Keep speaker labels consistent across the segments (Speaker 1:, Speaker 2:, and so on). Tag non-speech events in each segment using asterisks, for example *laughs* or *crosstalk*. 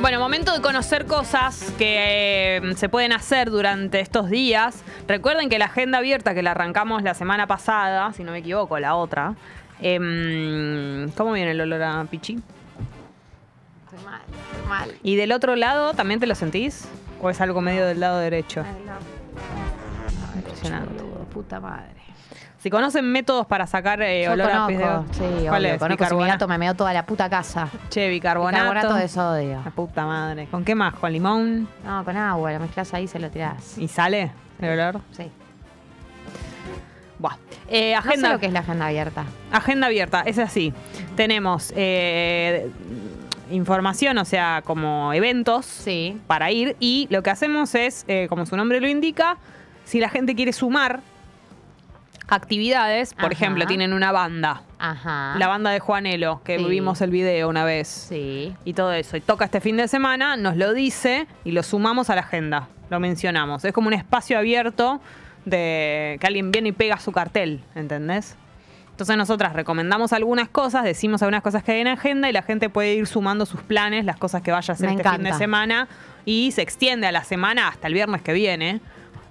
Speaker 1: Bueno, momento de conocer cosas que eh, se pueden hacer durante estos días. Recuerden que la agenda abierta que la arrancamos la semana pasada, si no me equivoco, la otra. em, ¿Cómo viene el olor a pichí?
Speaker 2: Estoy mal, estoy mal.
Speaker 1: ¿Y del otro lado también te lo sentís? ¿O es algo medio del lado derecho?
Speaker 2: Ay, no.
Speaker 1: Impresionante.
Speaker 2: Boludo, puta madre.
Speaker 1: Si conocen métodos para sacar eh,
Speaker 2: Yo
Speaker 1: olor a pis de
Speaker 2: conozco, sí,
Speaker 1: ¿Cuál
Speaker 2: obvio,
Speaker 1: es?
Speaker 2: conozco si mi
Speaker 1: Bicarbonato.
Speaker 2: gato me meó toda la puta casa.
Speaker 1: Che, bicarbonato.
Speaker 2: Carbonato de sodio.
Speaker 1: La puta madre. ¿Con qué más? ¿Con limón?
Speaker 2: No, con agua, lo mezclas ahí y se lo tirás.
Speaker 1: ¿Y sale el olor?
Speaker 2: Sí.
Speaker 1: Buah. Eh,
Speaker 2: No sé
Speaker 1: agenda,
Speaker 2: lo que es la agenda abierta.
Speaker 1: agenda abierta, es así. Tenemos eh, información, o sea, como eventos
Speaker 2: Sí.
Speaker 1: para ir. Y lo que hacemos es, eh, como su nombre lo indica, si la gente quiere sumar actividades, por
Speaker 2: Ajá.
Speaker 1: ejemplo, tienen una banda.
Speaker 2: Ajá.
Speaker 1: La banda de Juanelo, que
Speaker 2: Sí.
Speaker 1: vimos el video una vez.
Speaker 2: Sí.
Speaker 1: y todo eso. Y toca este fin de semana, nos lo dice y lo sumamos a la agenda. Lo mencionamos. Es como un espacio abierto de que alguien viene y pega su cartel, ¿entendés? Entonces nosotras recomendamos algunas cosas, decimos algunas cosas que hay en agenda y la gente puede ir sumando sus planes, las cosas que vaya a hacer
Speaker 2: Me
Speaker 1: este fin de
Speaker 2: encanta.
Speaker 1: semana y se extiende a la semana hasta el viernes que viene.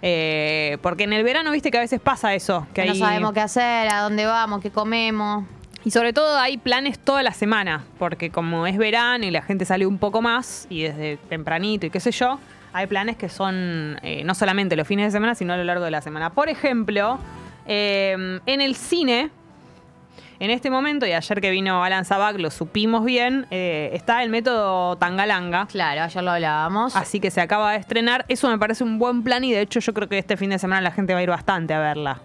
Speaker 1: Eh, porque en el verano, viste que a veces pasa eso. Que
Speaker 2: no
Speaker 1: hay-
Speaker 2: sabemos qué hacer, a dónde vamos, qué comemos.
Speaker 1: y sobre todo hay planes toda la semana, porque como es verano y la gente sale un poco más, y desde tempranito y qué sé yo, hay planes que son eh, no solamente los fines de semana, sino a lo largo de la semana. Por ejemplo, eh, en el cine, en este momento, y ayer que vino Alan Zabak lo supimos bien, eh, está el método Tangalanga.
Speaker 2: Claro, ayer lo hablábamos.
Speaker 1: Así que se acaba de estrenar. Eso me parece un buen plan y de hecho yo creo que este fin de semana la gente va a ir bastante a verla.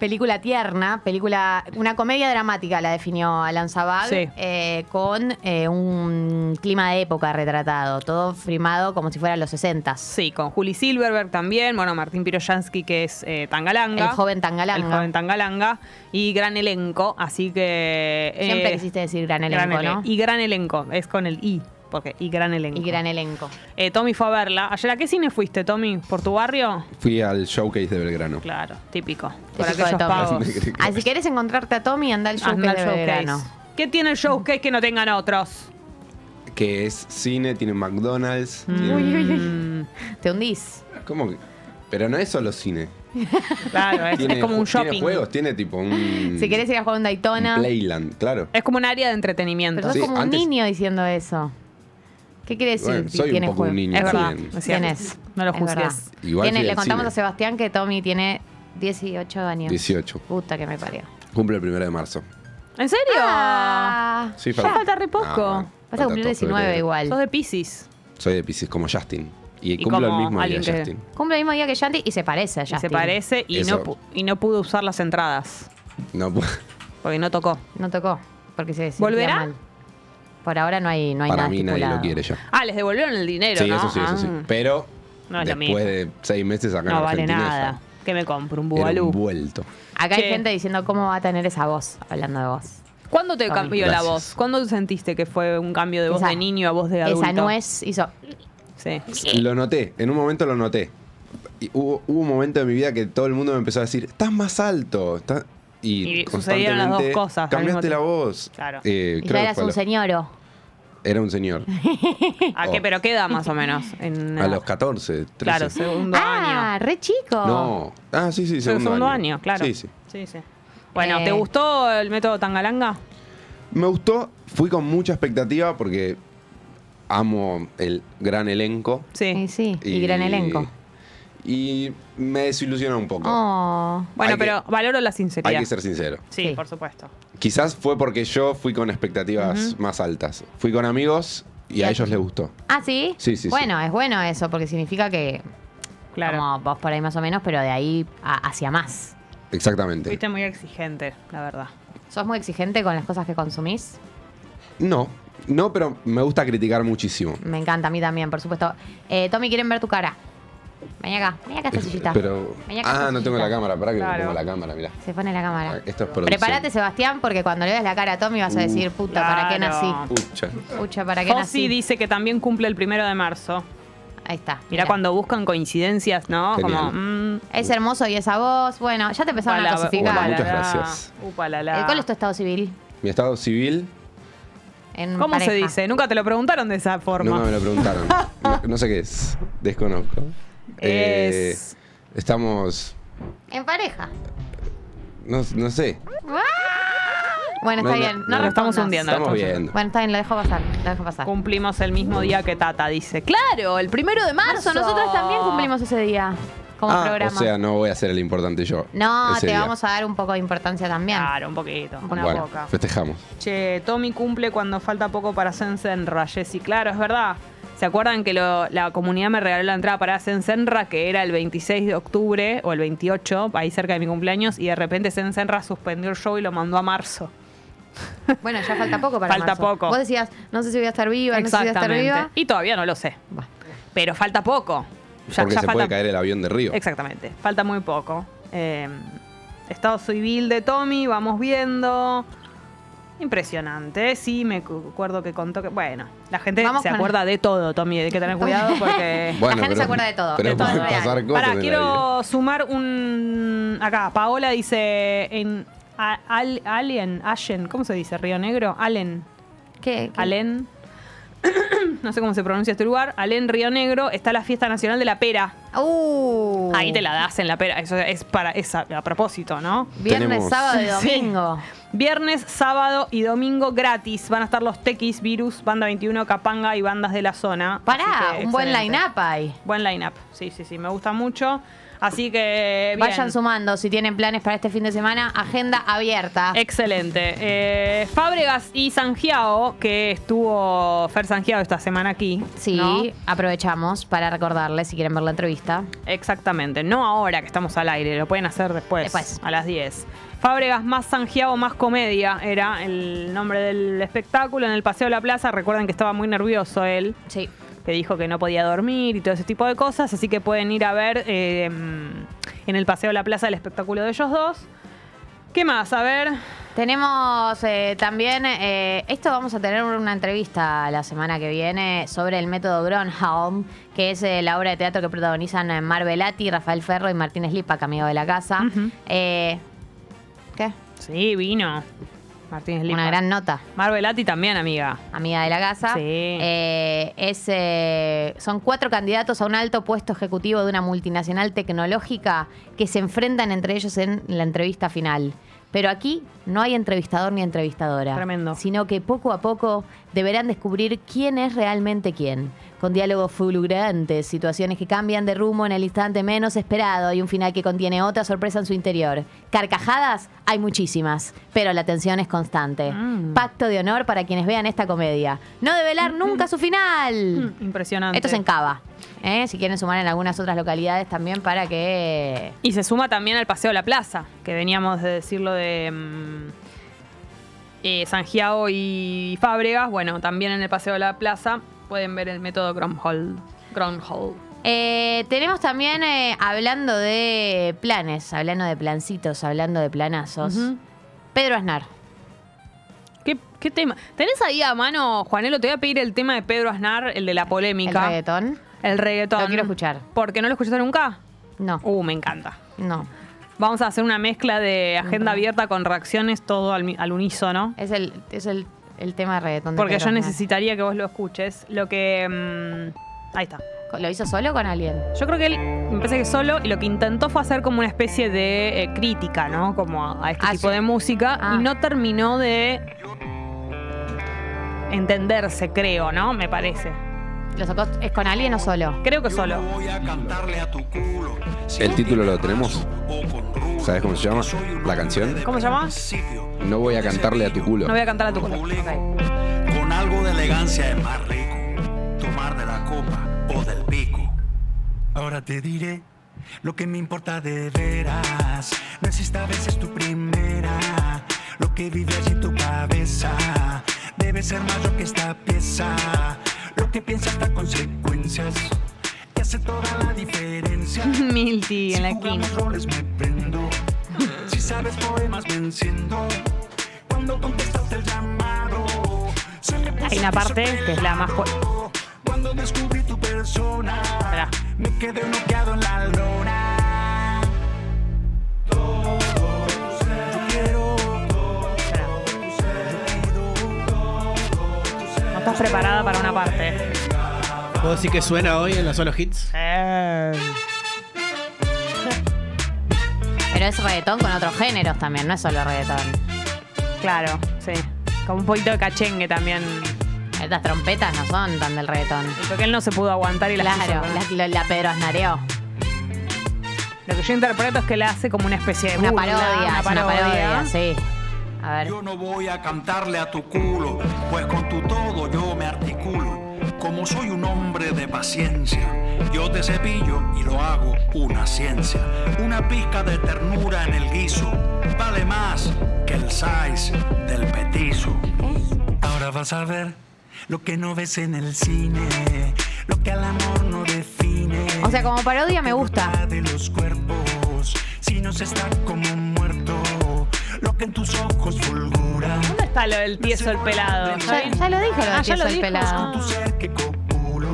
Speaker 2: Película tierna, película, una comedia dramática la definió Alan Zabag,
Speaker 1: Sí.
Speaker 2: eh, con eh, un clima de época retratado, todo filmado como si fuera los 60
Speaker 1: Sí, con Juli Silverberg también, bueno, Martín Piroyansky, que es eh, Tangalanga.
Speaker 2: El joven Tangalanga.
Speaker 1: El joven Tangalanga. Y gran elenco, así que... eh,
Speaker 2: Siempre quisiste decir gran elenco,
Speaker 1: gran ele-
Speaker 2: ¿no?
Speaker 1: Y gran elenco, es con el I, porque y gran elenco.
Speaker 2: Y gran elenco.
Speaker 1: Eh, Tommy fue a verla. ¿Ayer a qué cine fuiste, Tommy? ¿Por tu barrio?
Speaker 3: Fui al showcase de Belgrano.
Speaker 1: Claro, típico. Por
Speaker 2: Típico de
Speaker 1: aquellos
Speaker 2: Tommy.
Speaker 1: pagos.
Speaker 2: Así que querés encontrarte a Tommy, anda al show
Speaker 1: Anda al
Speaker 2: de
Speaker 1: showcase.
Speaker 2: verano.
Speaker 1: ¿Qué tiene el showcase que no tengan otros?
Speaker 3: Que es cine, tiene McDonald's. tiene-
Speaker 2: Uy, uy, uy.
Speaker 1: Mm,
Speaker 2: Te hundís.
Speaker 3: ¿Cómo que? Pero no es solo cine.
Speaker 1: claro, *laughs* es,
Speaker 3: Tiene
Speaker 1: es como un
Speaker 3: ju-
Speaker 1: shopping.
Speaker 3: Tiene juegos, tiene
Speaker 1: *gasps*
Speaker 3: tipo un.
Speaker 2: Si querés ir a jugar un
Speaker 3: un
Speaker 2: Daytona.
Speaker 3: Playland, claro.
Speaker 1: Es como un área de entretenimiento.
Speaker 2: Pero sos
Speaker 3: Sí,
Speaker 2: como un
Speaker 3: antes-
Speaker 2: niño diciendo eso. ¿Qué quiere decir?
Speaker 3: Bueno, soy un
Speaker 2: Tiene
Speaker 3: poco
Speaker 2: juego?
Speaker 3: un niño.
Speaker 1: Es verdad.
Speaker 3: Bien.
Speaker 1: es cierto.
Speaker 2: ¿Quién es?
Speaker 1: No lo
Speaker 2: Es verdad.
Speaker 1: juzgues.
Speaker 3: Igual
Speaker 2: Tiene-
Speaker 3: fui
Speaker 2: le
Speaker 3: al
Speaker 2: contamos
Speaker 3: cine.
Speaker 2: a Sebastián que Tommy tiene 18 años.
Speaker 3: 18.
Speaker 2: Puta que me parió.
Speaker 3: Cumple el primero de marzo.
Speaker 1: ¿En serio?
Speaker 2: Ah.
Speaker 3: Sí,
Speaker 1: Ya falta re poco.
Speaker 3: bueno,
Speaker 2: Vas a
Speaker 3: falta
Speaker 2: cumplir
Speaker 3: todo
Speaker 2: 19
Speaker 3: febrero.
Speaker 2: igual.
Speaker 1: Sos de Pisces.
Speaker 3: Soy de Pisces, como Justin. Y,
Speaker 1: Y
Speaker 3: cumplo el
Speaker 1: como
Speaker 3: mismo día
Speaker 1: alguien que-
Speaker 3: Justin.
Speaker 2: Cumple el mismo día que Shanti y se parece a
Speaker 1: Y se
Speaker 2: Justin.
Speaker 1: parece y no,
Speaker 3: Eso.
Speaker 1: pu- y no pudo usar las entradas.
Speaker 3: No, *laughs* pu-
Speaker 1: Porque no tocó.
Speaker 2: No tocó. Porque se sentía
Speaker 1: ¿Volverá?
Speaker 2: mal. Por ahora no hay, no hay
Speaker 3: para
Speaker 2: nada
Speaker 3: mí nadie
Speaker 2: estipulado.
Speaker 3: lo quiere ya.
Speaker 1: Ah, les devolvieron el dinero,
Speaker 3: sí,
Speaker 1: ¿no?
Speaker 3: eso sí, eso sí.
Speaker 1: Ah,
Speaker 3: Pero
Speaker 1: No es lo mismo.
Speaker 3: después de seis meses acá
Speaker 1: no
Speaker 3: en
Speaker 1: vale
Speaker 3: Argentina.
Speaker 1: nada. Que me compro un
Speaker 3: Era un
Speaker 1: bubalú.
Speaker 3: vuelto.
Speaker 2: Acá
Speaker 1: Che.
Speaker 2: hay gente diciendo cómo va a tener esa voz, hablando de voz.
Speaker 1: ¿Cuándo te
Speaker 2: Tommy.
Speaker 1: cambió la
Speaker 3: Gracias.
Speaker 1: voz? ¿Cuándo sentiste que fue un cambio de voz
Speaker 2: Esa-
Speaker 1: de niño a voz de adulto?
Speaker 2: Esa nuez hizo.
Speaker 3: Eh,
Speaker 1: Sí.
Speaker 3: Lo noté, en un momento lo noté. Y hubo, hubo un momento de mi vida que todo el mundo me empezó a decir, estás más alto. estás-". Y,
Speaker 1: Y sucedieron las dos
Speaker 3: constantemente,
Speaker 1: cosas al
Speaker 3: Cambiaste
Speaker 1: mismo
Speaker 3: la
Speaker 1: tiempo".
Speaker 3: voz.
Speaker 1: Claro.
Speaker 3: Eh,
Speaker 2: Y
Speaker 3: creo
Speaker 2: ya
Speaker 3: que
Speaker 2: eras
Speaker 3: fue a
Speaker 2: un
Speaker 3: los-
Speaker 2: señor.
Speaker 3: era
Speaker 1: *laughs*
Speaker 3: un señor.
Speaker 1: ¿A qué?
Speaker 3: Oh.
Speaker 1: ¿Pero qué edad más o menos? En,
Speaker 3: A los 14, 13.
Speaker 1: Claro, segundo
Speaker 2: Ah,
Speaker 1: año.
Speaker 2: re chico.
Speaker 3: No. Ah, sí, sí, segundo,
Speaker 1: segundo año, claro.
Speaker 3: Sí, sí.
Speaker 1: sí, sí. Bueno,
Speaker 2: Eh.
Speaker 1: ¿te gustó el método Tangalanga?
Speaker 3: Me gustó, fui con mucha expectativa porque amo el gran elenco.
Speaker 2: Eh, Sí, sí. Y, gran elenco.
Speaker 3: Y me desilusionó un poco.
Speaker 2: Oh.
Speaker 1: Bueno,
Speaker 3: Hay que-
Speaker 1: pero valoro la
Speaker 3: Hay
Speaker 1: sinceridad.
Speaker 3: que ser sincero.
Speaker 1: sí,
Speaker 2: Sí.
Speaker 1: por supuesto.
Speaker 3: Quizás fue porque yo fui con expectativas más altas. Fui con amigos y a ellos les gustó.
Speaker 2: Ah, sí.
Speaker 3: Sí, sí, sí.
Speaker 2: Bueno, es bueno eso, porque significa que.
Speaker 1: Claro.
Speaker 2: Como vos por ahí más o menos, pero de ahí a- hacia más.
Speaker 3: Exactamente.
Speaker 1: Fuiste muy exigente, la verdad.
Speaker 2: ¿Sos muy exigente con las cosas que consumís?
Speaker 3: No, no, pero me gusta criticar muchísimo.
Speaker 2: Me encanta, a mí también, por supuesto. Eh, Tommy, quieren ver tu cara. Ven acá, ven acá esta sillita.
Speaker 3: Pero.
Speaker 2: Vení acá,
Speaker 3: Ah,
Speaker 2: esta
Speaker 3: no tengo
Speaker 2: sillita.
Speaker 3: la cámara, pará que le
Speaker 1: Claro.
Speaker 3: pongo la cámara, mirá.
Speaker 2: Se pone la
Speaker 3: Ah,
Speaker 2: cámara.
Speaker 3: Esto es producción. Uh,
Speaker 2: Prepárate, Sebastián, porque cuando le veas la cara a Tommy vas a decir, puta, ¿para qué
Speaker 1: Claro.
Speaker 2: nací?
Speaker 3: Pucha.
Speaker 2: Pucha, ¿para qué
Speaker 1: Fossi
Speaker 2: nací?
Speaker 1: dice que también cumple el primero de marzo.
Speaker 2: Ahí está.
Speaker 1: Mirá
Speaker 2: mira.
Speaker 1: cuando buscan coincidencias, ¿no?
Speaker 3: Genial.
Speaker 1: Como. mm,
Speaker 2: Es hermoso y esa voz. Bueno, ya te empezaron
Speaker 1: upalala,
Speaker 2: a clasificar.
Speaker 3: muchas
Speaker 1: upalala,
Speaker 3: gracias.
Speaker 1: upalala.
Speaker 2: Eh, ¿Cuál es tu estado civil?
Speaker 3: Mi estado civil.
Speaker 2: en
Speaker 1: ¿Cómo se
Speaker 2: pareja.
Speaker 1: dice? Nunca te lo preguntaron de esa forma.
Speaker 3: Nunca me
Speaker 2: *laughs*
Speaker 3: lo preguntaron. No, no sé qué es. Desconozco. Eh,
Speaker 1: Es-
Speaker 3: estamos.
Speaker 2: En pareja.
Speaker 3: No, no sé.
Speaker 2: Bueno, está
Speaker 3: No, no,
Speaker 2: bien. No,
Speaker 3: no,
Speaker 1: lo estamos
Speaker 2: respondas.
Speaker 1: hundiendo.
Speaker 3: Estamos
Speaker 1: lo estamos
Speaker 3: viendo.
Speaker 2: Bueno, está bien, lo dejo pasar. Lo dejo pasar.
Speaker 1: Cumplimos el mismo día que Tata, dice. Claro, el primero de marzo.
Speaker 2: Marzo, nosotros también cumplimos ese día como
Speaker 3: Ah,
Speaker 2: programa.
Speaker 3: o sea, no voy a ser el importante yo.
Speaker 2: no,
Speaker 3: ese
Speaker 2: te
Speaker 3: día.
Speaker 2: vamos a dar un poco de importancia también.
Speaker 1: Claro, un poquito. Una
Speaker 3: bueno,
Speaker 1: poca.
Speaker 3: Festejamos.
Speaker 1: Che, Tommy cumple cuando falta poco para Sensenra, Jessy. Claro, es verdad. ¿Se acuerdan que lo- la comunidad me regaló la entrada para Sensenra, que era el 26 de octubre o el 28, ahí cerca de mi cumpleaños, y de repente Sensenra suspendió el show y lo mandó a marzo?
Speaker 2: *laughs* Bueno, ya falta poco para
Speaker 1: Falta
Speaker 2: marzo.
Speaker 1: poco.
Speaker 2: Vos decías, no sé si voy a estar viva, no sé si voy a estar viva.
Speaker 1: Y todavía no lo sé.
Speaker 2: Bueno,
Speaker 1: Pero falta poco.
Speaker 3: porque se puede caer el avión de Río.
Speaker 1: Exactamente, falta muy poco. Eh, estado civil de Tommy, vamos viendo. Impresionante, sí, me cu- acuerdo que contó que. Bueno, la gente
Speaker 2: Vamos
Speaker 1: se
Speaker 2: con-
Speaker 1: acuerda de todo, Tommy, hay que tener cuidado
Speaker 3: *laughs*
Speaker 1: porque.
Speaker 2: La gente se acuerda de todo,
Speaker 3: Pero
Speaker 2: de todo,
Speaker 3: pueden
Speaker 2: real.
Speaker 3: pasar cosas.
Speaker 1: Para,
Speaker 3: en la vida.
Speaker 1: quiero sumar un. Acá, Paola dice. En, a- al- alien, Allen, ¿cómo se dice? Río Negro, Allen.
Speaker 2: ¿Qué? qué?
Speaker 1: Alén. *coughs* no sé cómo se pronuncia este lugar. Alén, Río Negro, está la fiesta nacional de la pera.
Speaker 2: Uh,
Speaker 1: Ahí te la das en la pera. Eso es para es a, a propósito, ¿no?
Speaker 2: Viernes,
Speaker 3: Tenemos-
Speaker 2: sábado y
Speaker 1: Sí.
Speaker 2: domingo.
Speaker 1: Viernes, sábado y domingo gratis. Van a estar los Tequis, Virus, Banda 21, Capanga y bandas de la zona.
Speaker 2: Pará,
Speaker 1: Así que,
Speaker 2: un buen
Speaker 1: excelente.
Speaker 2: line-up ahí.
Speaker 1: Buen line-up. Sí, sí, sí. Me gusta mucho. Así que. bien.
Speaker 2: Vayan sumando si tienen planes para este fin de semana. Agenda abierta.
Speaker 1: Excelente. Eh, Fábregas y Sangiao, que estuvo Fer Sangiao esta semana aquí.
Speaker 2: Sí,
Speaker 1: ¿no?
Speaker 2: aprovechamos para recordarles si quieren ver la entrevista.
Speaker 1: Exactamente, no ahora que estamos al aire, lo pueden hacer después,
Speaker 2: Después.
Speaker 1: a las 10. Fábregas más Sangiao más comedia era el nombre del espectáculo en el Paseo de la Plaza. Recuerden que estaba muy nervioso él,
Speaker 2: Sí.
Speaker 1: que dijo que no podía dormir y todo ese tipo de cosas, así que pueden ir a ver eh, en el Paseo de la Plaza el espectáculo de ellos dos. ¿Qué más? A ver,
Speaker 2: Tenemos eh, también, eh, esto vamos a tener una entrevista la semana que viene sobre el método Gronholm, que es eh, la obra de teatro que protagonizan eh, Marvelati, Rafael Ferro y Martínez Lipac, amigo de la casa.
Speaker 1: Ujú.
Speaker 2: Eh, ¿Qué?
Speaker 1: sí, vino Martínez Lima.
Speaker 2: Una gran nota.
Speaker 1: Marvelati también, amiga.
Speaker 2: Amiga de la casa.
Speaker 1: Sí.
Speaker 2: Eh, es, eh, son cuatro candidatos a un alto puesto ejecutivo de una multinacional tecnológica que se enfrentan entre ellos en la entrevista final. Pero aquí no hay entrevistador ni entrevistadora.
Speaker 1: Tremendo.
Speaker 2: Sino que poco a poco deberán descubrir quién es realmente quién. Con diálogos fulgurantes, situaciones que cambian de rumbo en el instante menos esperado y un final que contiene otra sorpresa en su interior. Carcajadas hay muchísimas, pero la tensión es constante.
Speaker 1: Mm.
Speaker 2: Pacto de honor para quienes vean esta comedia. No develar nunca su final.
Speaker 1: Mm, Impresionante.
Speaker 2: Esto es en Cava. ¿eh? Si quieren sumar en algunas otras localidades también para que...
Speaker 1: Y se suma también al Paseo de la Plaza, que veníamos de decirlo de mm, eh, Sangiao y Fábregas. Bueno, también en el Paseo de la Plaza pueden ver el método Gronhold. Gronhold.
Speaker 2: Eh, tenemos también, eh, hablando de planes, hablando de plancitos, hablando de planazos,
Speaker 1: Ujú.
Speaker 2: Pedro Aznar.
Speaker 1: ¿Qué, qué tema? ¿Tenés ahí a mano, Juanelo? Te voy a pedir el tema de Pedro Aznar, el de la
Speaker 2: ¿El
Speaker 1: polémica.
Speaker 2: reggaetón?
Speaker 1: El reggaetón.
Speaker 2: Lo quiero escuchar.
Speaker 1: ¿Por qué no lo escuchaste nunca?
Speaker 2: No,
Speaker 1: Uh, me encanta.
Speaker 2: no.
Speaker 1: Vamos a hacer una mezcla de agenda abierta con reacciones, todo al, mi- al unísono.
Speaker 2: Es el, es el, el tema de reggaetón. de
Speaker 1: Porque
Speaker 2: Pedro
Speaker 1: yo
Speaker 2: Aznar.
Speaker 1: necesitaría que vos lo escuches. Lo que. mm, ahí está.
Speaker 2: ¿Lo hizo solo o con alguien?
Speaker 1: Yo creo que él, me parece que solo, y lo que intentó fue hacer como una especie de eh, crítica, ¿no? Como a, a este
Speaker 2: Ah,
Speaker 1: tipo
Speaker 2: sí.
Speaker 1: de música,
Speaker 2: Ah.
Speaker 1: y no terminó de entenderse, creo, ¿no? Me parece.
Speaker 2: ¿Lo sacó? ¿Es con alguien o solo?
Speaker 1: Creo que solo.
Speaker 4: Voy a cantarle a tu culo. Si
Speaker 3: El
Speaker 4: no
Speaker 3: título
Speaker 4: tiene
Speaker 3: lo tenemos.
Speaker 4: brazo o con rulo.
Speaker 3: ¿Sabes cómo se llama?
Speaker 4: Soy un
Speaker 3: ¿La canción?
Speaker 4: hombre
Speaker 1: ¿Cómo se llama?
Speaker 4: de principio.
Speaker 3: No voy a cantarle a tu culo.
Speaker 1: No voy a cantar a tu culo.
Speaker 4: Publico.
Speaker 1: *laughs*
Speaker 4: Con algo de elegancia es más rico. Tomar de la copa o del pico. Ahora te diré lo que me importa de veras. No es esta vez, es tu primera. Lo que vive allí en tu cabeza debe ser más lo que esta pieza. Lo que piensas da consecuencias que hace toda la diferencia.
Speaker 1: Milty en la
Speaker 4: Si
Speaker 1: esquina.
Speaker 4: jugamos roles me prendo. Si sabes poemas me enciendo. Cuando contestaste el llamado. se me puso
Speaker 1: Hay una parte que es la más. fu-
Speaker 4: todo. Cuando descubrí tu persona.
Speaker 1: Pará.
Speaker 4: Me quedé bloqueado en la lona. Todo. Yo quiero.
Speaker 1: Pará.
Speaker 4: Yo pido.
Speaker 1: estás preparada para una parte.
Speaker 5: ¿Puedo decir que suena hoy en la solo hits?
Speaker 2: Pero es reggaetón con otros géneros también, no es solo reggaetón.
Speaker 1: Claro, sí. Con un poquito de cachengue también.
Speaker 2: Estas trompetas no son tan del reggaetón.
Speaker 1: Porque él no se pudo aguantar y las hizo,
Speaker 2: Claro,
Speaker 1: ¿verdad?
Speaker 2: la, lo- la Pedro Aznareó.
Speaker 1: Lo que yo interpreto es que la hace como una especie de
Speaker 2: Una
Speaker 1: burla,
Speaker 2: parodia, es una parodia, sí. A ver.
Speaker 4: Yo no voy a cantarle a tu culo, pues con tu todo yo me articulo. Como soy un hombre de paciencia, yo te cepillo y lo hago una ciencia. Una pizca de ternura en el guiso vale más que el size del petizo. Ahora vas a ver lo que no ves en el cine, lo que al amor no define.
Speaker 2: O sea, como parodia me gusta.
Speaker 4: de los cuerpos, si no se está como muerto, lo que en tus ojos fulgura.
Speaker 1: ¿Dónde está lo del tieso el pelado?
Speaker 2: Ya, ya lo dije, lo del
Speaker 1: Ah, ya
Speaker 2: tieso
Speaker 1: lo
Speaker 2: el
Speaker 1: dijo.
Speaker 4: Tu
Speaker 2: pelado.
Speaker 4: ser que copulo,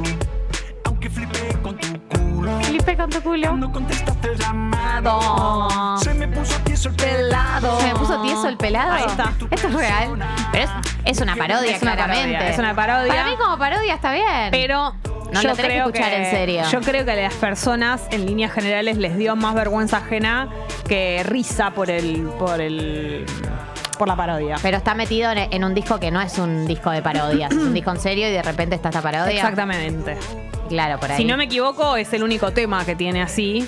Speaker 4: aunque flipé con tu culo.
Speaker 2: Felipe con tu culo.
Speaker 4: No contestaste el llamado. Se me puso tieso el pelado.
Speaker 2: Se me puso tieso el pelado.
Speaker 1: Ahí está.
Speaker 2: Esto es real. Pero es, es una parodia,
Speaker 1: Es una
Speaker 2: claramente.
Speaker 1: parodia, es una parodia.
Speaker 2: Para mí, como parodia, está bien.
Speaker 1: Pero
Speaker 2: No
Speaker 1: yo
Speaker 2: lo tenés que
Speaker 1: creo
Speaker 2: escuchar en serio.
Speaker 1: Yo creo que a las personas, en líneas generales, les dio más vergüenza ajena que risa por el. por el. por la parodia.
Speaker 2: Pero está metido en, en un disco que no es un disco de parodias, es un disco en serio y de repente está esta parodia.
Speaker 1: Exactamente.
Speaker 2: Claro, por ahí.
Speaker 1: Si no me equivoco, es el único tema que tiene así.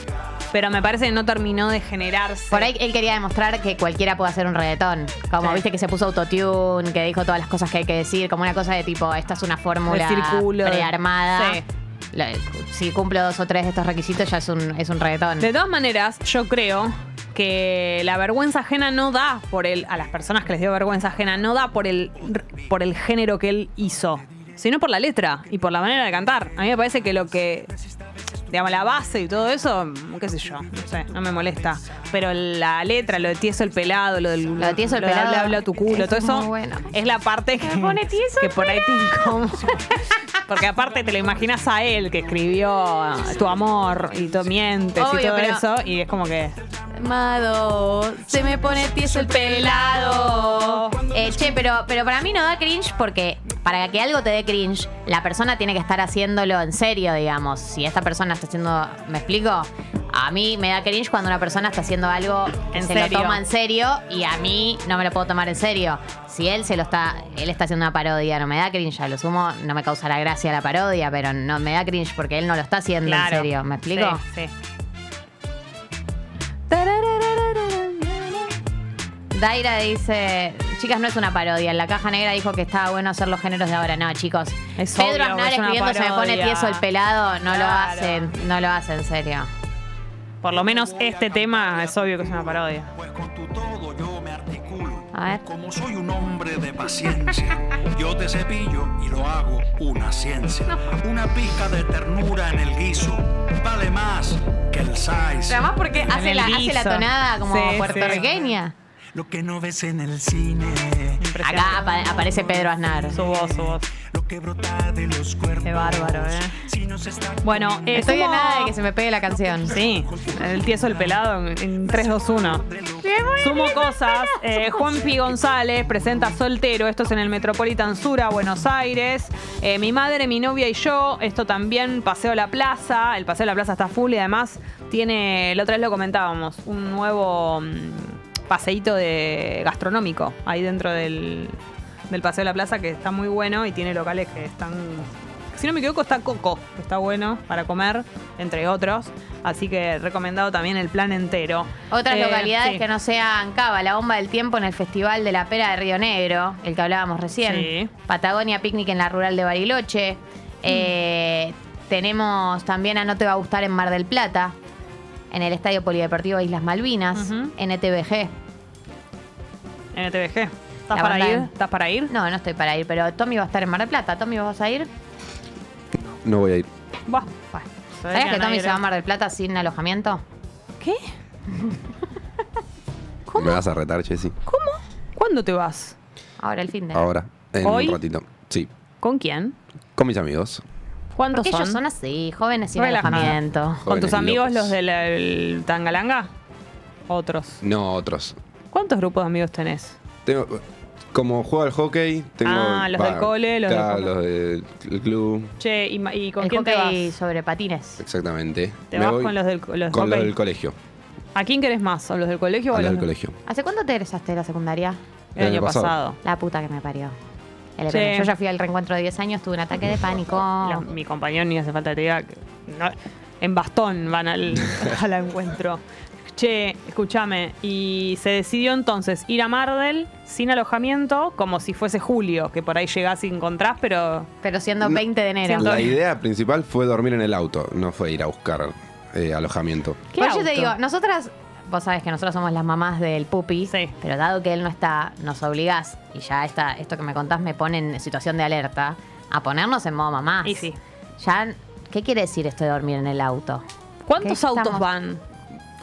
Speaker 1: Pero me parece que no terminó de generarse.
Speaker 2: Por ahí él quería demostrar que cualquiera puede hacer un reggaetón. Como
Speaker 1: Sí.
Speaker 2: viste que se puso autotune, que dijo todas las cosas que hay que decir, como una cosa de tipo, esta es una fórmula
Speaker 1: El círculo.
Speaker 2: prearmada.
Speaker 1: Sí.
Speaker 2: La- Si cumplo dos o tres de estos requisitos, ya es un, es un reggaetón.
Speaker 1: De todas maneras, yo creo que la vergüenza ajena no da por el. A las personas que les dio vergüenza ajena, no da por el, por el género que él hizo, sino por la letra y por la manera de cantar. A mí me parece que lo que. Digamos, la base y todo eso, mm, qué sé yo, no sé, no me molesta. Pero la letra, lo de tieso el pelado, lo del.
Speaker 2: Lo de tieso el
Speaker 1: de
Speaker 2: pelado,
Speaker 1: Habla, habla tu culo,
Speaker 2: eso
Speaker 1: todo
Speaker 2: es
Speaker 1: eso.
Speaker 2: muy bueno.
Speaker 1: Es la parte que.
Speaker 2: pone tieso
Speaker 1: que
Speaker 2: el
Speaker 1: por ahí te incomoda. Porque aparte te lo imaginas a él que escribió Tu amor y tú mientes y
Speaker 2: Obvio,
Speaker 1: todo
Speaker 2: pero-
Speaker 1: eso. Y es como que.
Speaker 2: Amado, se me pone tieso el pelado. Eh, che, pero, pero para mí no da cringe porque para que algo te dé cringe, la persona tiene que estar haciéndolo en serio, digamos. Si esta persona está haciendo. ¿Me explico? A mí me da cringe cuando una persona está haciendo algo que
Speaker 1: En
Speaker 2: se
Speaker 1: serio.
Speaker 2: lo toma en serio y a mí no me lo puedo tomar en serio. Si él se lo está, él está haciendo una parodia, no me da cringe, a lo sumo no me causará gracia la parodia, pero no me da cringe porque él no lo está haciendo
Speaker 1: Claro.
Speaker 2: en serio, ¿me explico?
Speaker 1: Sí, sí.
Speaker 2: Daira dice, chicas, no es una parodia. En la caja negra dijo que estaba bueno hacer los géneros de ahora. No, chicos.
Speaker 1: Es obvio,
Speaker 2: Pedro
Speaker 1: es
Speaker 2: Aznar
Speaker 1: una
Speaker 2: escribiendo se me pone
Speaker 1: parodia".
Speaker 2: tieso el pelado. No lo
Speaker 1: Claro.
Speaker 2: hacen, no lo hacen, en serio.
Speaker 1: Por lo menos este tema es obvio que es una parodia.
Speaker 4: Pues con tu todo yo me articulo.
Speaker 2: A ver.
Speaker 4: Como soy un hombre de paciencia, yo te cepillo y lo hago una ciencia. Una pizca de ternura en el guiso vale más que el size.
Speaker 2: Pero más Ah, porque
Speaker 1: En
Speaker 2: hace
Speaker 1: el
Speaker 2: la, hace la
Speaker 1: guiso.
Speaker 2: tonada como
Speaker 1: Sí, sí.
Speaker 2: puertorriqueña.
Speaker 4: Lo que no ves en el cine,
Speaker 1: Impresionante.
Speaker 2: Acá apa- aparece Pedro Aznar.
Speaker 1: Su voz, su voz.
Speaker 4: lo que brota de los cuerpos.
Speaker 1: Qué bárbaro, ¿eh?
Speaker 4: Si no se está
Speaker 1: Bueno, eh,
Speaker 2: Estoy a
Speaker 1: ¿cómo-
Speaker 2: nada de que se me pegue la canción.
Speaker 1: Sí, el tieso el pelado en, en 3, 2, 1. Sumo cosas. Eh, Juanpi González presenta Soltero. Esto es en el Metropolitan Sura, Buenos Aires. Eh, mi madre, mi novia y yo. Esto también, Paseo a la Plaza. El Paseo a la Plaza está full y además tiene, la otra vez lo comentábamos, un nuevo mm, paseíto de gastronómico ahí dentro del, del Paseo a la Plaza que está muy bueno y tiene locales que están. Si no me equivoco, está Coco, que está bueno para comer, entre otros. Así que recomendado también el plan entero.
Speaker 2: Otras
Speaker 1: Eh,
Speaker 2: localidades
Speaker 1: sí.
Speaker 2: que no sean Cava, la bomba del tiempo en el Festival de la Pera de Río Negro, el que hablábamos recién.
Speaker 1: Sí. Mm.
Speaker 2: Patagonia Picnic en la rural de Bariloche. Eh, tenemos también a No Te Va a Gustar en Mar del Plata, en el Estadio Polideportivo Islas Malvinas,
Speaker 1: Ujú.
Speaker 2: NTVG.
Speaker 1: NTVG. ¿Estás
Speaker 2: La
Speaker 1: para
Speaker 2: banda
Speaker 1: ir?
Speaker 2: en-
Speaker 1: ¿Estás para ir?
Speaker 2: No, no estoy para ir, pero Tommy va a estar en Mar del Plata. Tommy, ¿vos vas a ir?
Speaker 3: No voy a ir.
Speaker 1: Buah, bueno.
Speaker 2: ¿Sabías que
Speaker 1: Nadie
Speaker 2: Tommy se va a
Speaker 1: era-
Speaker 2: Mar del Plata sin alojamiento?
Speaker 1: ¿Qué?
Speaker 3: Me vas a retar, Jessy.
Speaker 1: ¿Cómo? ¿Cuándo te vas?
Speaker 2: Ahora el fin de.
Speaker 3: Ahora. En
Speaker 1: ¿Hoy?
Speaker 3: un ratito. Sí.
Speaker 1: ¿Con quién?
Speaker 3: Con mis amigos.
Speaker 1: ¿Cuántos
Speaker 2: Porque
Speaker 1: son?
Speaker 2: ellos son así, jóvenes sin
Speaker 1: Relajados.
Speaker 2: alojamiento.
Speaker 1: ¿Con tus
Speaker 3: Jóvenes
Speaker 1: amigos
Speaker 3: locos.
Speaker 1: los del el Tangalanga? Otros.
Speaker 3: No, otros.
Speaker 1: ¿Cuántos grupos de amigos tenés?
Speaker 3: Tengo, como juego al hockey, tengo.
Speaker 1: Ah, los del cole, los
Speaker 3: claro,
Speaker 1: del
Speaker 3: los del cl- club.
Speaker 1: Che, ¿y, ma- y con
Speaker 2: El
Speaker 1: quién te
Speaker 2: hockey
Speaker 1: vas?
Speaker 2: sobre patines.
Speaker 3: Exactamente.
Speaker 1: ¿Te
Speaker 3: Me
Speaker 1: vas
Speaker 3: voy
Speaker 1: con los del co- los
Speaker 3: con los
Speaker 1: hockey?
Speaker 3: del colegio.
Speaker 1: ¿A quién querés más? ¿A los del colegio o
Speaker 3: a
Speaker 1: a
Speaker 3: los
Speaker 1: los
Speaker 3: del colegio.
Speaker 2: ¿Hace cuánto te egresaste de la secundaria?
Speaker 1: El año pasado.
Speaker 2: La puta que me parió. El-
Speaker 1: Sí.
Speaker 2: Yo ya fui al reencuentro de 10 años, tuve un ataque de pánico.
Speaker 1: La- mi compañero ni hace falta que te diga. que no- en bastón van
Speaker 2: *laughs*
Speaker 1: al, al encuentro. Che, escúchame. Y se decidió entonces ir a Mardel sin alojamiento, como si fuese julio, que por ahí llegás y encontrás, pero.
Speaker 2: Pero siendo 20 de enero.
Speaker 1: Siento-
Speaker 3: La idea principal fue dormir en el auto, no fue ir a buscar eh, alojamiento.
Speaker 1: ¿Qué
Speaker 2: Igual yo te
Speaker 1: auto?
Speaker 2: digo, nosotras, vos sabés que nosotras somos las mamás del pupi,
Speaker 1: Sí.
Speaker 2: pero dado que él no está, nos obligás, y ya esta, esto que me contás me pone en situación de alerta, a ponernos en modo mamás.
Speaker 1: Y sí.
Speaker 2: Ya, ¿qué quiere decir esto de dormir en el auto?
Speaker 1: ¿Cuántos
Speaker 2: ¿Qué
Speaker 1: autos
Speaker 2: estamos?
Speaker 1: van?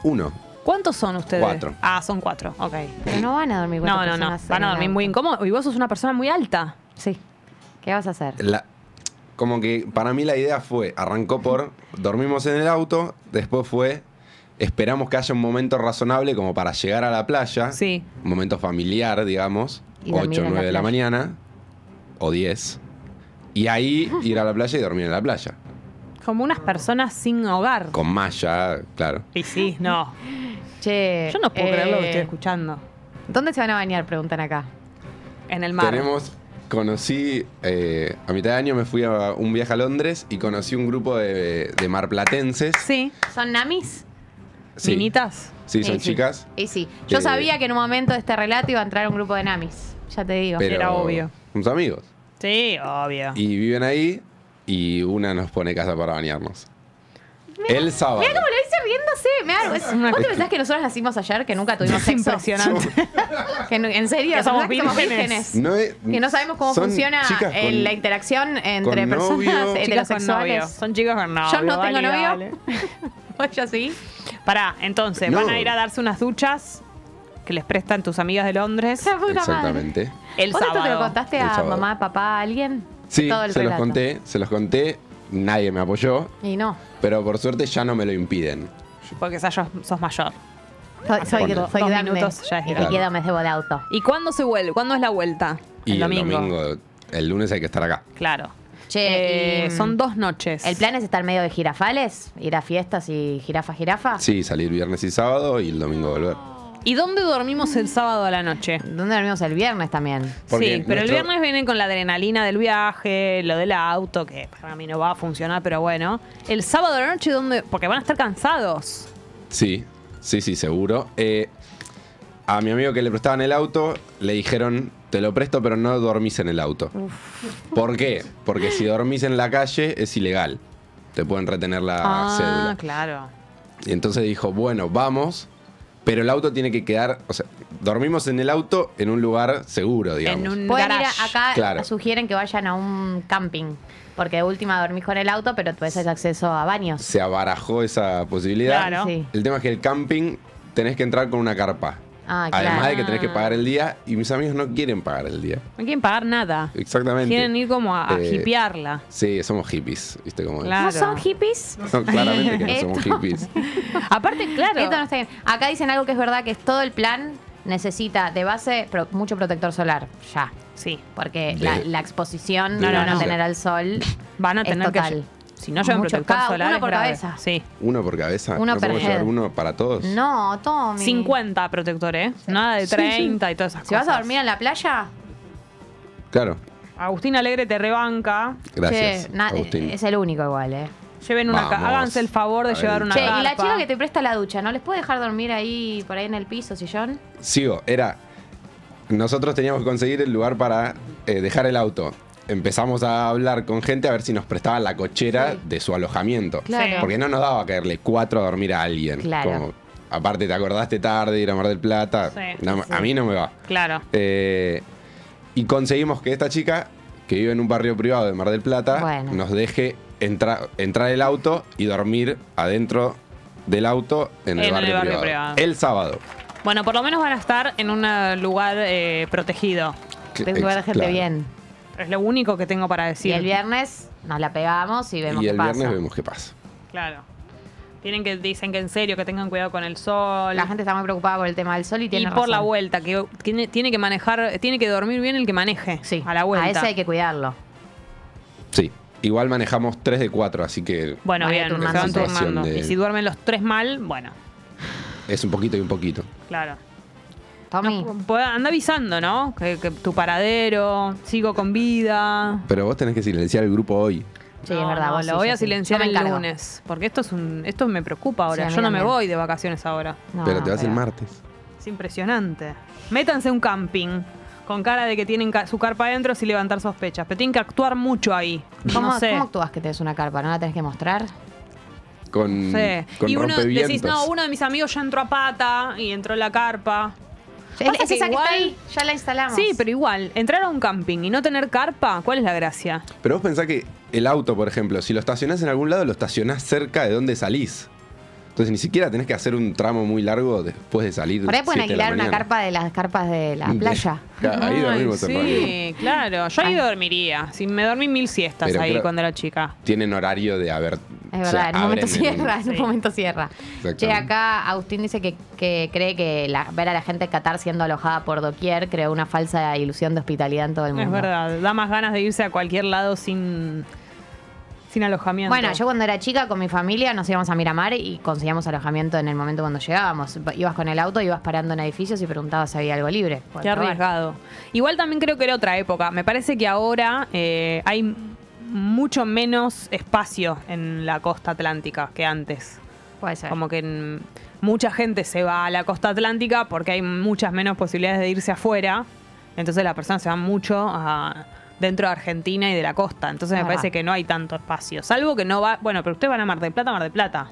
Speaker 3: Uno.
Speaker 1: ¿Cuántos son ustedes?
Speaker 3: Cuatro.
Speaker 1: Ah, son cuatro, ok.
Speaker 2: Pero no van a dormir cuatro
Speaker 1: No, no, no.
Speaker 2: personas
Speaker 1: Van
Speaker 2: en
Speaker 1: a
Speaker 2: el
Speaker 1: dormir
Speaker 2: auto.
Speaker 1: muy incómodo. Y vos sos una persona muy alta.
Speaker 2: Sí. ¿Qué vas a hacer?
Speaker 3: La- como que para mí la idea fue, arrancó por, dormimos en el auto, después fue, esperamos que haya un momento razonable como para llegar a la playa.
Speaker 1: Sí.
Speaker 3: Un momento familiar, digamos.
Speaker 2: Y
Speaker 3: 8
Speaker 2: dormir
Speaker 3: o
Speaker 2: en
Speaker 3: 9
Speaker 2: la
Speaker 3: de la
Speaker 2: playa.
Speaker 3: mañana. O 10. Y ahí ir a la playa y dormir en la playa.
Speaker 1: Como unas personas sin hogar.
Speaker 3: Con malla, claro.
Speaker 1: Y sí, no.
Speaker 2: Che.
Speaker 1: Yo no puedo
Speaker 2: eh,
Speaker 1: creer lo que estoy escuchando.
Speaker 2: ¿Dónde se van a bañar? Preguntan acá.
Speaker 1: En el mar.
Speaker 3: Tenemos, conocí, eh, a mitad de año me fui a un viaje a Londres y conocí un grupo de, de marplatenses.
Speaker 1: Sí.
Speaker 2: ¿Son namis?
Speaker 3: Sí.
Speaker 1: Minitas.
Speaker 3: Sí, son
Speaker 2: Y
Speaker 3: chicas.
Speaker 2: Y sí. Yo
Speaker 3: Eh,
Speaker 2: sabía que en un momento de este relato iba a entrar un grupo de namis. Ya te digo.
Speaker 3: Pero
Speaker 1: Era obvio.
Speaker 3: Somos amigos.
Speaker 1: Sí, obvio.
Speaker 3: Y viven ahí y una nos pone casa para bañarnos. el sábado.
Speaker 2: Mira cómo lo hice riéndose. Me da vergüenza.
Speaker 1: una-
Speaker 2: ¿Vos te pensás que nosotros nacimos ayer, que nunca tuvimos
Speaker 1: Es
Speaker 2: sexo?
Speaker 3: *laughs*
Speaker 1: impresionante.
Speaker 2: *laughs* Que no- en serio,
Speaker 1: Que somos
Speaker 2: ¿verdad que somos
Speaker 1: vírgenes.
Speaker 2: vírgenes.
Speaker 3: No es-
Speaker 2: Que no sabemos cómo
Speaker 3: son
Speaker 2: funciona
Speaker 3: chicas
Speaker 2: eh,
Speaker 3: con-
Speaker 2: la interacción entre
Speaker 3: con
Speaker 2: personas *laughs*
Speaker 3: novio.
Speaker 1: Chicas con novio.
Speaker 2: heterosexuales.
Speaker 1: Son chicos con novio.
Speaker 2: Yo no
Speaker 1: dale,
Speaker 2: tengo novio.
Speaker 1: dale.
Speaker 2: *laughs* Vos ya sí.
Speaker 1: Pará, entonces,
Speaker 3: No.
Speaker 1: van a ir a darse unas duchas que les prestan tus amigas de Londres
Speaker 2: La puta
Speaker 3: Exactamente.
Speaker 2: madre.
Speaker 1: el
Speaker 2: ¿Vos esto te lo
Speaker 1: sábado.
Speaker 2: contaste
Speaker 3: El
Speaker 2: a
Speaker 3: sábado.
Speaker 2: mamá, papá, a alguien?
Speaker 3: Sí,
Speaker 2: Todo el
Speaker 3: se los
Speaker 2: relato.
Speaker 3: conté, se los conté, nadie me apoyó,
Speaker 2: Y no.
Speaker 3: pero por suerte ya no me lo impiden.
Speaker 1: Porque sos, sos mayor.
Speaker 2: Soy, soy, soy
Speaker 3: Dos
Speaker 2: grande.
Speaker 1: minutos ya es
Speaker 2: y te
Speaker 1: grande.
Speaker 2: quedo mes debo de auto.
Speaker 1: ¿Y cuándo se vuelve? ¿Cuándo es la vuelta?
Speaker 3: Y el lunes hay que estar acá.
Speaker 1: Claro.
Speaker 2: Che,
Speaker 1: Eh,
Speaker 2: y-
Speaker 1: son dos noches.
Speaker 2: ¿El plan es estar medio de jirafales? ¿Ir a fiestas y jirafa, jirafa?
Speaker 3: Sí, salir viernes y sábado y el domingo volver.
Speaker 1: ¿Y dónde dormimos el sábado a la noche?
Speaker 2: ¿Dónde dormimos el viernes también?
Speaker 3: Porque
Speaker 1: sí, pero el
Speaker 3: nuestro-
Speaker 1: viernes vienen con la adrenalina del viaje, lo del auto, que para mí no va a funcionar, pero bueno. El sábado a la noche, ¿dónde? Porque van a estar cansados.
Speaker 3: Sí, sí, sí, seguro. Eh, a mi amigo que le prestaban el auto, le dijeron, te lo presto, pero no dormís en el auto. ¿Por qué? Porque si dormís en la calle es ilegal. Te pueden retener la Ah, cédula.
Speaker 1: Ah, claro.
Speaker 3: Y entonces dijo, bueno, vamos, pero el auto tiene que quedar, o sea, dormimos en el auto en un lugar seguro, digamos.
Speaker 1: En un
Speaker 2: Pueden ir
Speaker 1: garage.
Speaker 2: a- acá,
Speaker 3: Claro.
Speaker 2: sugieren que vayan a un camping. Porque de última dormís con el auto, pero puedes tener acceso a baños.
Speaker 3: Se abarajó esa posibilidad.
Speaker 1: Claro.
Speaker 2: Sí.
Speaker 3: El tema es que el camping tenés que entrar con una carpa.
Speaker 2: Ah, claro.
Speaker 3: Además de que tenés que pagar el día y mis amigos no quieren pagar el día.
Speaker 1: No quieren pagar nada.
Speaker 3: Exactamente.
Speaker 1: Quieren ir como a, a
Speaker 3: Eh,
Speaker 1: hipearla.
Speaker 3: Sí, somos hippies, ¿viste cómo es?
Speaker 1: Claro.
Speaker 2: ¿No son hippies?
Speaker 3: No, claramente que no somos
Speaker 2: Esto-
Speaker 3: hippies.
Speaker 1: Aparte, claro.
Speaker 2: Esto no está bien. Acá dicen algo que es verdad, que es todo el plan necesita de base pro- mucho protector solar. Ya.
Speaker 1: Sí.
Speaker 2: Porque
Speaker 3: De-
Speaker 2: la, la exposición,
Speaker 3: de
Speaker 2: no, no, no,
Speaker 3: base.
Speaker 2: tener al sol.
Speaker 1: Van a
Speaker 2: es
Speaker 1: tener
Speaker 2: total.
Speaker 1: que. Si no llevan
Speaker 2: Mucho
Speaker 1: protector
Speaker 2: cada-
Speaker 1: solar,
Speaker 2: uno
Speaker 1: es
Speaker 2: por
Speaker 1: grave.
Speaker 2: cabeza.
Speaker 1: Sí.
Speaker 3: Uno por cabeza.
Speaker 2: Uno
Speaker 3: no
Speaker 2: per
Speaker 3: podemos llevar
Speaker 2: head.
Speaker 3: uno para todos.
Speaker 2: No, Tommy.
Speaker 1: 50 protector, ¿eh? Nada de 30 y todas esas
Speaker 2: Si
Speaker 1: cosas.
Speaker 2: vas a dormir en la playa,
Speaker 3: Claro.
Speaker 1: Agustín Alegre te rebanca.
Speaker 3: Gracias.
Speaker 2: che, na-
Speaker 3: Agustín.
Speaker 2: es el único igual, ¿eh?
Speaker 1: Lleven una ca-
Speaker 3: Vamos.
Speaker 1: Háganse el favor de
Speaker 3: A ver,
Speaker 1: llevar una
Speaker 2: Che,
Speaker 1: carpa.
Speaker 2: y la chica que te presta la ducha, ¿no les puede dejar dormir ahí, por ahí en el piso, sillón?
Speaker 3: Sigo, era. Nosotros teníamos que conseguir el lugar para eh, dejar el auto. Empezamos a hablar con gente a ver si nos prestaban la cochera de su alojamiento.
Speaker 2: Claro.
Speaker 1: Sí.
Speaker 3: Porque no nos daba caerle cuatro a dormir a alguien.
Speaker 2: Claro.
Speaker 3: aparte, te acordaste tarde, ir a Mar del Plata.
Speaker 1: Sí,
Speaker 2: sí.
Speaker 3: No, A mí no me va.
Speaker 1: Claro.
Speaker 3: Eh, y conseguimos que esta chica, que vive en un barrio privado de Mar del Plata,
Speaker 2: Bueno.
Speaker 3: nos deje entra- entrar el auto y dormir adentro del auto en, el, barrio privado. El sábado.
Speaker 1: Bueno, por lo menos van a estar en un eh, lugar eh, protegido.
Speaker 2: Tengo que ver
Speaker 3: Ex-
Speaker 2: gente
Speaker 3: claro.
Speaker 2: bien.
Speaker 1: Es lo único que tengo para decir.
Speaker 2: Y el viernes nos la pegamos y vemos
Speaker 3: y
Speaker 2: qué
Speaker 3: el
Speaker 2: pasa.
Speaker 3: viernes vemos qué pasa.
Speaker 1: Claro. Tienen que, dicen que en serio, que tengan cuidado con el sol.
Speaker 2: La gente está muy preocupada por el tema del sol y
Speaker 1: y
Speaker 2: tiene
Speaker 1: por la
Speaker 2: razón.
Speaker 1: vuelta, que tiene, tiene que manejar, tiene que dormir bien el que maneje
Speaker 2: Sí,
Speaker 1: a la vuelta.
Speaker 2: A ese hay que cuidarlo.
Speaker 3: Sí. Igual manejamos 3 de 4, así que
Speaker 1: Bueno,
Speaker 2: Vaya
Speaker 1: bien, se
Speaker 2: turnando.
Speaker 1: van turnando.
Speaker 3: Situación de-
Speaker 1: Y si duermen los tres mal, bueno,
Speaker 3: es un poquito y un poquito.
Speaker 1: claro.
Speaker 2: Tommy,
Speaker 1: No, po- anda avisando, ¿no? Que, que tu paradero, sigo con vida.
Speaker 3: Pero vos tenés que silenciar el grupo hoy.
Speaker 2: sí,
Speaker 1: No,
Speaker 2: es verdad.
Speaker 1: no,
Speaker 2: vos
Speaker 1: lo
Speaker 2: sí,
Speaker 1: voy a
Speaker 2: sí, sí.
Speaker 1: silenciar
Speaker 2: Yo me
Speaker 1: el
Speaker 2: encargo.
Speaker 1: lunes. Porque esto es un, esto me preocupa ahora.
Speaker 2: Sí, a mí
Speaker 1: Yo no me
Speaker 2: también.
Speaker 1: voy de vacaciones ahora.
Speaker 2: No,
Speaker 3: pero te vas el
Speaker 2: pero-
Speaker 3: martes.
Speaker 1: Es impresionante. Métanse a un camping con cara de que tienen ca- su carpa adentro sin levantar sospechas. Pero tienen que actuar mucho ahí.
Speaker 2: ¿Cómo,
Speaker 1: no sé.
Speaker 2: ¿Cómo actúas que tenés una carpa? ¿No la tenés que mostrar?
Speaker 3: Con,
Speaker 1: sé.
Speaker 3: Mm, con
Speaker 1: y uno
Speaker 3: rompevientos.
Speaker 1: decís, no, uno de mis amigos ya entró a pata y entró en la carpa.
Speaker 2: Es,
Speaker 1: Pasa
Speaker 2: es
Speaker 1: que
Speaker 2: esa
Speaker 1: igual-
Speaker 2: que está ahí, ya la instalamos.
Speaker 1: Sí, pero igual, entrar a un camping y no tener carpa, ¿cuál es la gracia?
Speaker 3: Pero vos pensás que el auto, por ejemplo, si lo estacionás en algún lado, lo estacionás cerca de donde salís. Entonces ni siquiera tenés que hacer un tramo muy largo después de salir.
Speaker 2: Por ahí pueden
Speaker 3: siete de la
Speaker 2: alquilar una
Speaker 3: mañana.
Speaker 2: carpa de las carpas de la
Speaker 3: *laughs*
Speaker 2: playa.
Speaker 3: Ahí dormimos en realidad.
Speaker 1: Sí, claro. Yo ahí
Speaker 2: Ah.
Speaker 1: dormiría. Si me dormí mil siestas
Speaker 3: Pero
Speaker 1: ahí
Speaker 3: creo-
Speaker 1: cuando era chica.
Speaker 3: Tienen horario de haber.
Speaker 2: Es verdad, en un momento cierra, en un
Speaker 1: Sí.
Speaker 2: momento cierra.
Speaker 3: Exactamente.
Speaker 2: Che, acá Agustín dice que, que cree que la- ver a la gente de Qatar siendo alojada por doquier creó una falsa ilusión de hospitalidad en todo el mundo.
Speaker 1: Es verdad, da más ganas de irse a cualquier lado sin, sin alojamiento.
Speaker 2: Bueno, yo cuando era chica con mi familia nos íbamos a Miramar y conseguíamos alojamiento en el momento cuando llegábamos. Ibas con el auto, ibas parando en edificios y preguntabas si había algo libre. Bueno,
Speaker 1: Qué
Speaker 2: pero bueno.
Speaker 1: arriesgado. Igual también creo que era otra época. Me parece que ahora eh, hay mucho menos espacio en la costa atlántica que antes.
Speaker 2: Puede ser.
Speaker 1: Como que mm, mucha gente se va a la costa atlántica porque hay muchas menos posibilidades de irse afuera. Entonces las personas se van mucho a- dentro de Argentina y de la costa. Entonces me
Speaker 2: Ajá.
Speaker 1: parece que no hay tanto espacio. Salvo que no va. Bueno, pero ustedes van a Mar del Plata, Mar del Plata.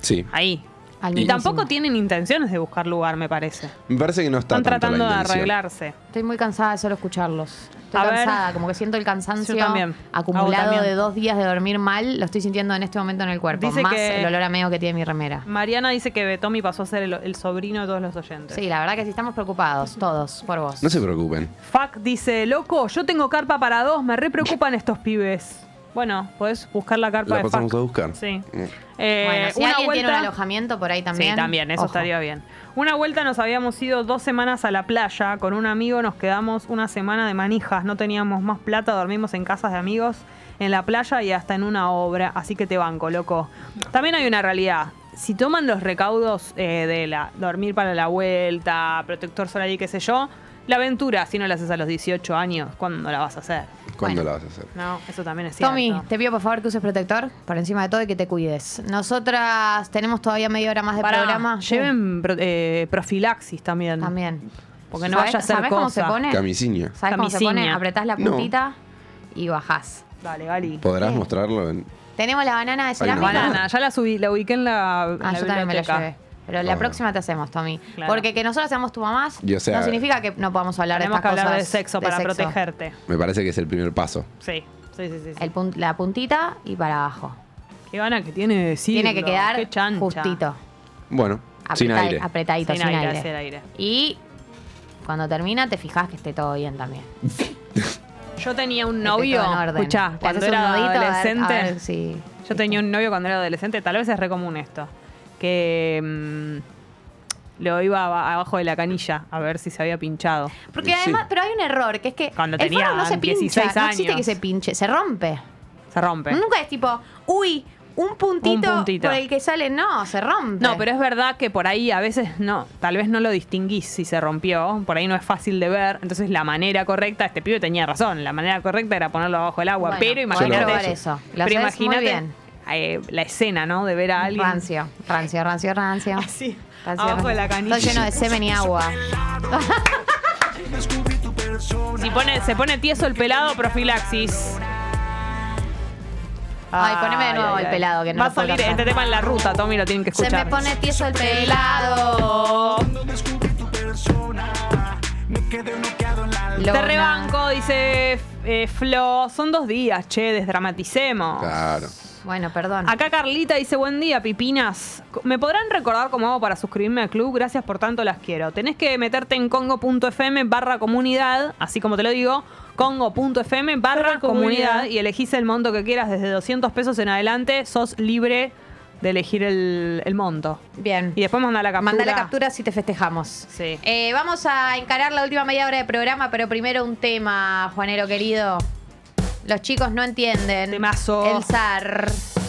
Speaker 3: Sí.
Speaker 1: Ahí.
Speaker 2: Al
Speaker 1: Y
Speaker 2: mismísimo.
Speaker 1: tampoco tienen intenciones de buscar lugar, me parece.
Speaker 3: Me parece que no está
Speaker 1: Están
Speaker 3: tanto la
Speaker 1: tratando de
Speaker 3: intención.
Speaker 1: arreglarse.
Speaker 2: Estoy muy cansada de solo escucharlos. Estoy
Speaker 1: A ver.
Speaker 2: cansada, como que siento el cansancio
Speaker 1: Yo también. Hago
Speaker 2: acumulado
Speaker 1: también.
Speaker 2: de dos días de dormir mal. Lo estoy sintiendo en este momento en el cuerpo.
Speaker 1: Dice
Speaker 2: más
Speaker 1: que-
Speaker 2: el olor a medio que tiene mi remera.
Speaker 1: Mariana dice que Tommy pasó a ser el, el sobrino de todos los oyentes.
Speaker 2: Sí, la verdad que sí estamos preocupados, todos, por vos.
Speaker 3: No se preocupen.
Speaker 1: Fuck dice, loco, yo tengo carpa para dos, me re preocupan estos pibes. Bueno, puedes buscar la carpa
Speaker 3: La
Speaker 1: de
Speaker 3: pasamos
Speaker 1: Fuck.
Speaker 3: a buscar.
Speaker 1: Sí.
Speaker 3: Mm.
Speaker 1: Eh,
Speaker 2: bueno, si
Speaker 1: una
Speaker 2: alguien tiene un
Speaker 1: vuelta-
Speaker 2: alojamiento por ahí también.
Speaker 1: Sí, también, eso
Speaker 2: ojo.
Speaker 1: estaría bien. Una vuelta nos habíamos ido dos semanas a la playa. Con un amigo nos quedamos una semana de manijas. No teníamos más plata, dormimos en casas de amigos, en la playa y hasta en una obra. Así que te banco, loco. También hay una realidad. Si toman los recaudos eh, de la dormir para la vuelta, protector solar y qué sé yo, la aventura, si no la haces a los 18 años, ¿cuándo la vas a hacer?
Speaker 2: Bueno.
Speaker 3: ¿Cuándo
Speaker 2: Eh.
Speaker 3: la vas a hacer?
Speaker 1: No, eso también es cierto.
Speaker 2: Tommy, te pido por favor que uses protector por encima de todo y que te cuides. Nosotras tenemos todavía media hora más de
Speaker 1: Pará,
Speaker 2: programa. Sí,
Speaker 1: lleven pro- eh, profilaxis también.
Speaker 2: También.
Speaker 1: Porque no vaya a ser
Speaker 2: ¿Sabés cómo se
Speaker 1: cosa.
Speaker 2: pone?
Speaker 3: Camisinha.
Speaker 2: ¿Sabes cómo se
Speaker 1: Camisinha.
Speaker 2: pone? Apretás la
Speaker 3: No.
Speaker 2: puntita y bajás.
Speaker 1: Dale, Gali.
Speaker 3: ¿Podrás
Speaker 2: Sí.
Speaker 3: mostrarlo? En...
Speaker 2: Tenemos la banana de
Speaker 3: una
Speaker 2: cerámica.
Speaker 1: Banana, ya la subí, la ubiqué en la, en
Speaker 2: Ah,
Speaker 1: la
Speaker 2: yo también me lo
Speaker 1: biblioteca.
Speaker 2: llevé. Pero la
Speaker 3: Ah.
Speaker 2: próxima te hacemos, Tommy.
Speaker 1: Claro.
Speaker 2: Porque que nosotros seamos tu mamá
Speaker 3: Y, o sea,
Speaker 2: no significa que no podamos hablar
Speaker 1: Tenemos
Speaker 2: de
Speaker 1: que
Speaker 2: estas
Speaker 1: hablar de
Speaker 2: cosas
Speaker 1: sexo para
Speaker 2: sexo.
Speaker 1: protegerte.
Speaker 3: Me parece que es el primer paso.
Speaker 1: Sí, sí, sí. sí, sí.
Speaker 2: El pun- la puntita y para abajo.
Speaker 1: Qué gana que tiene de decirlo,
Speaker 2: Tiene que quedar
Speaker 1: qué chancha.
Speaker 2: justito.
Speaker 3: Bueno, sin
Speaker 2: Apretadi-
Speaker 3: aire.
Speaker 2: Apretadito, sin,
Speaker 1: Sin aire,
Speaker 2: aire.
Speaker 1: sin aire.
Speaker 2: Y cuando termina, te fijas que esté todo bien también.
Speaker 1: Yo tenía un
Speaker 2: Que
Speaker 1: novio,
Speaker 2: esté todo en orden.
Speaker 1: escuchá,
Speaker 2: Le
Speaker 1: cuando
Speaker 2: haces un
Speaker 1: era
Speaker 2: nudito, a ver- a
Speaker 1: adolescente.
Speaker 2: ver si-
Speaker 1: Yo tenía un novio cuando era adolescente, tal vez es re común esto, que mm, lo iba aba- abajo de la canilla a ver si se había pinchado.
Speaker 2: Porque además,
Speaker 3: Sí.
Speaker 2: pero hay un error, que es que
Speaker 1: Cuando
Speaker 2: el
Speaker 1: tenía
Speaker 2: forro no se pincha,
Speaker 1: 16
Speaker 2: no existe
Speaker 1: años.
Speaker 2: que se pinche, se rompe.
Speaker 1: Se rompe.
Speaker 2: Nunca es tipo, uy, un puntito,
Speaker 1: Un puntito.
Speaker 2: por el que sale, no, se rompe.
Speaker 1: No, pero es verdad que por ahí a veces no, tal vez no lo distinguís si se rompió, por ahí no es fácil de ver, entonces la manera correcta, este pibe tenía razón, la manera correcta era ponerlo abajo del agua,
Speaker 2: Bueno,
Speaker 1: pero
Speaker 2: podés
Speaker 1: imagínate
Speaker 2: probar eso.
Speaker 1: pero
Speaker 2: Lo haces muy
Speaker 1: imagínate,
Speaker 2: bien.
Speaker 1: eh, la escena, ¿no? De ver a alguien
Speaker 2: Rancio, rancio, rancio, rancio.
Speaker 1: *laughs* así,
Speaker 2: Rancio,
Speaker 1: abajo de la
Speaker 2: rancio.
Speaker 1: canilla.
Speaker 2: Todo lleno de semen y agua.
Speaker 4: Descubrí tu persona.
Speaker 1: Si pone, se pone tieso el pelado, profilaxis.
Speaker 2: Ay, poneme de nuevo el pelado, que no
Speaker 1: Va
Speaker 2: lo
Speaker 1: a
Speaker 2: puedo
Speaker 1: salir
Speaker 2: cantar.
Speaker 1: este tema en la ruta, Tommy, lo tienen que
Speaker 2: Se
Speaker 1: escuchar.
Speaker 2: me pone tieso el pelado.
Speaker 4: Descubrí tu persona. Me quedé bloqueado en la
Speaker 1: Te
Speaker 2: Lona.
Speaker 1: rebanco, dice eh, Flo. Son dos días, che, desdramaticemos.
Speaker 3: Claro.
Speaker 2: Bueno, perdón.
Speaker 1: Acá Carlita dice, buen día, pipinas. ¿Me podrán recordar cómo hago para suscribirme al club? Gracias por tanto, las quiero. Tenés que meterte en congo.fm barra comunidad, así como te lo digo, congo.fm barra comunidad y elegís el monto que quieras desde 200 pesos en adelante. Sos libre de elegir el, el monto.
Speaker 2: Bien.
Speaker 1: Y después manda la captura.
Speaker 2: Mandá la captura si te festejamos.
Speaker 1: Sí.
Speaker 2: Eh, vamos a encarar la última media hora de programa, pero primero un tema, Juanero querido. Los chicos no entienden.
Speaker 1: Temazo.
Speaker 2: El zar.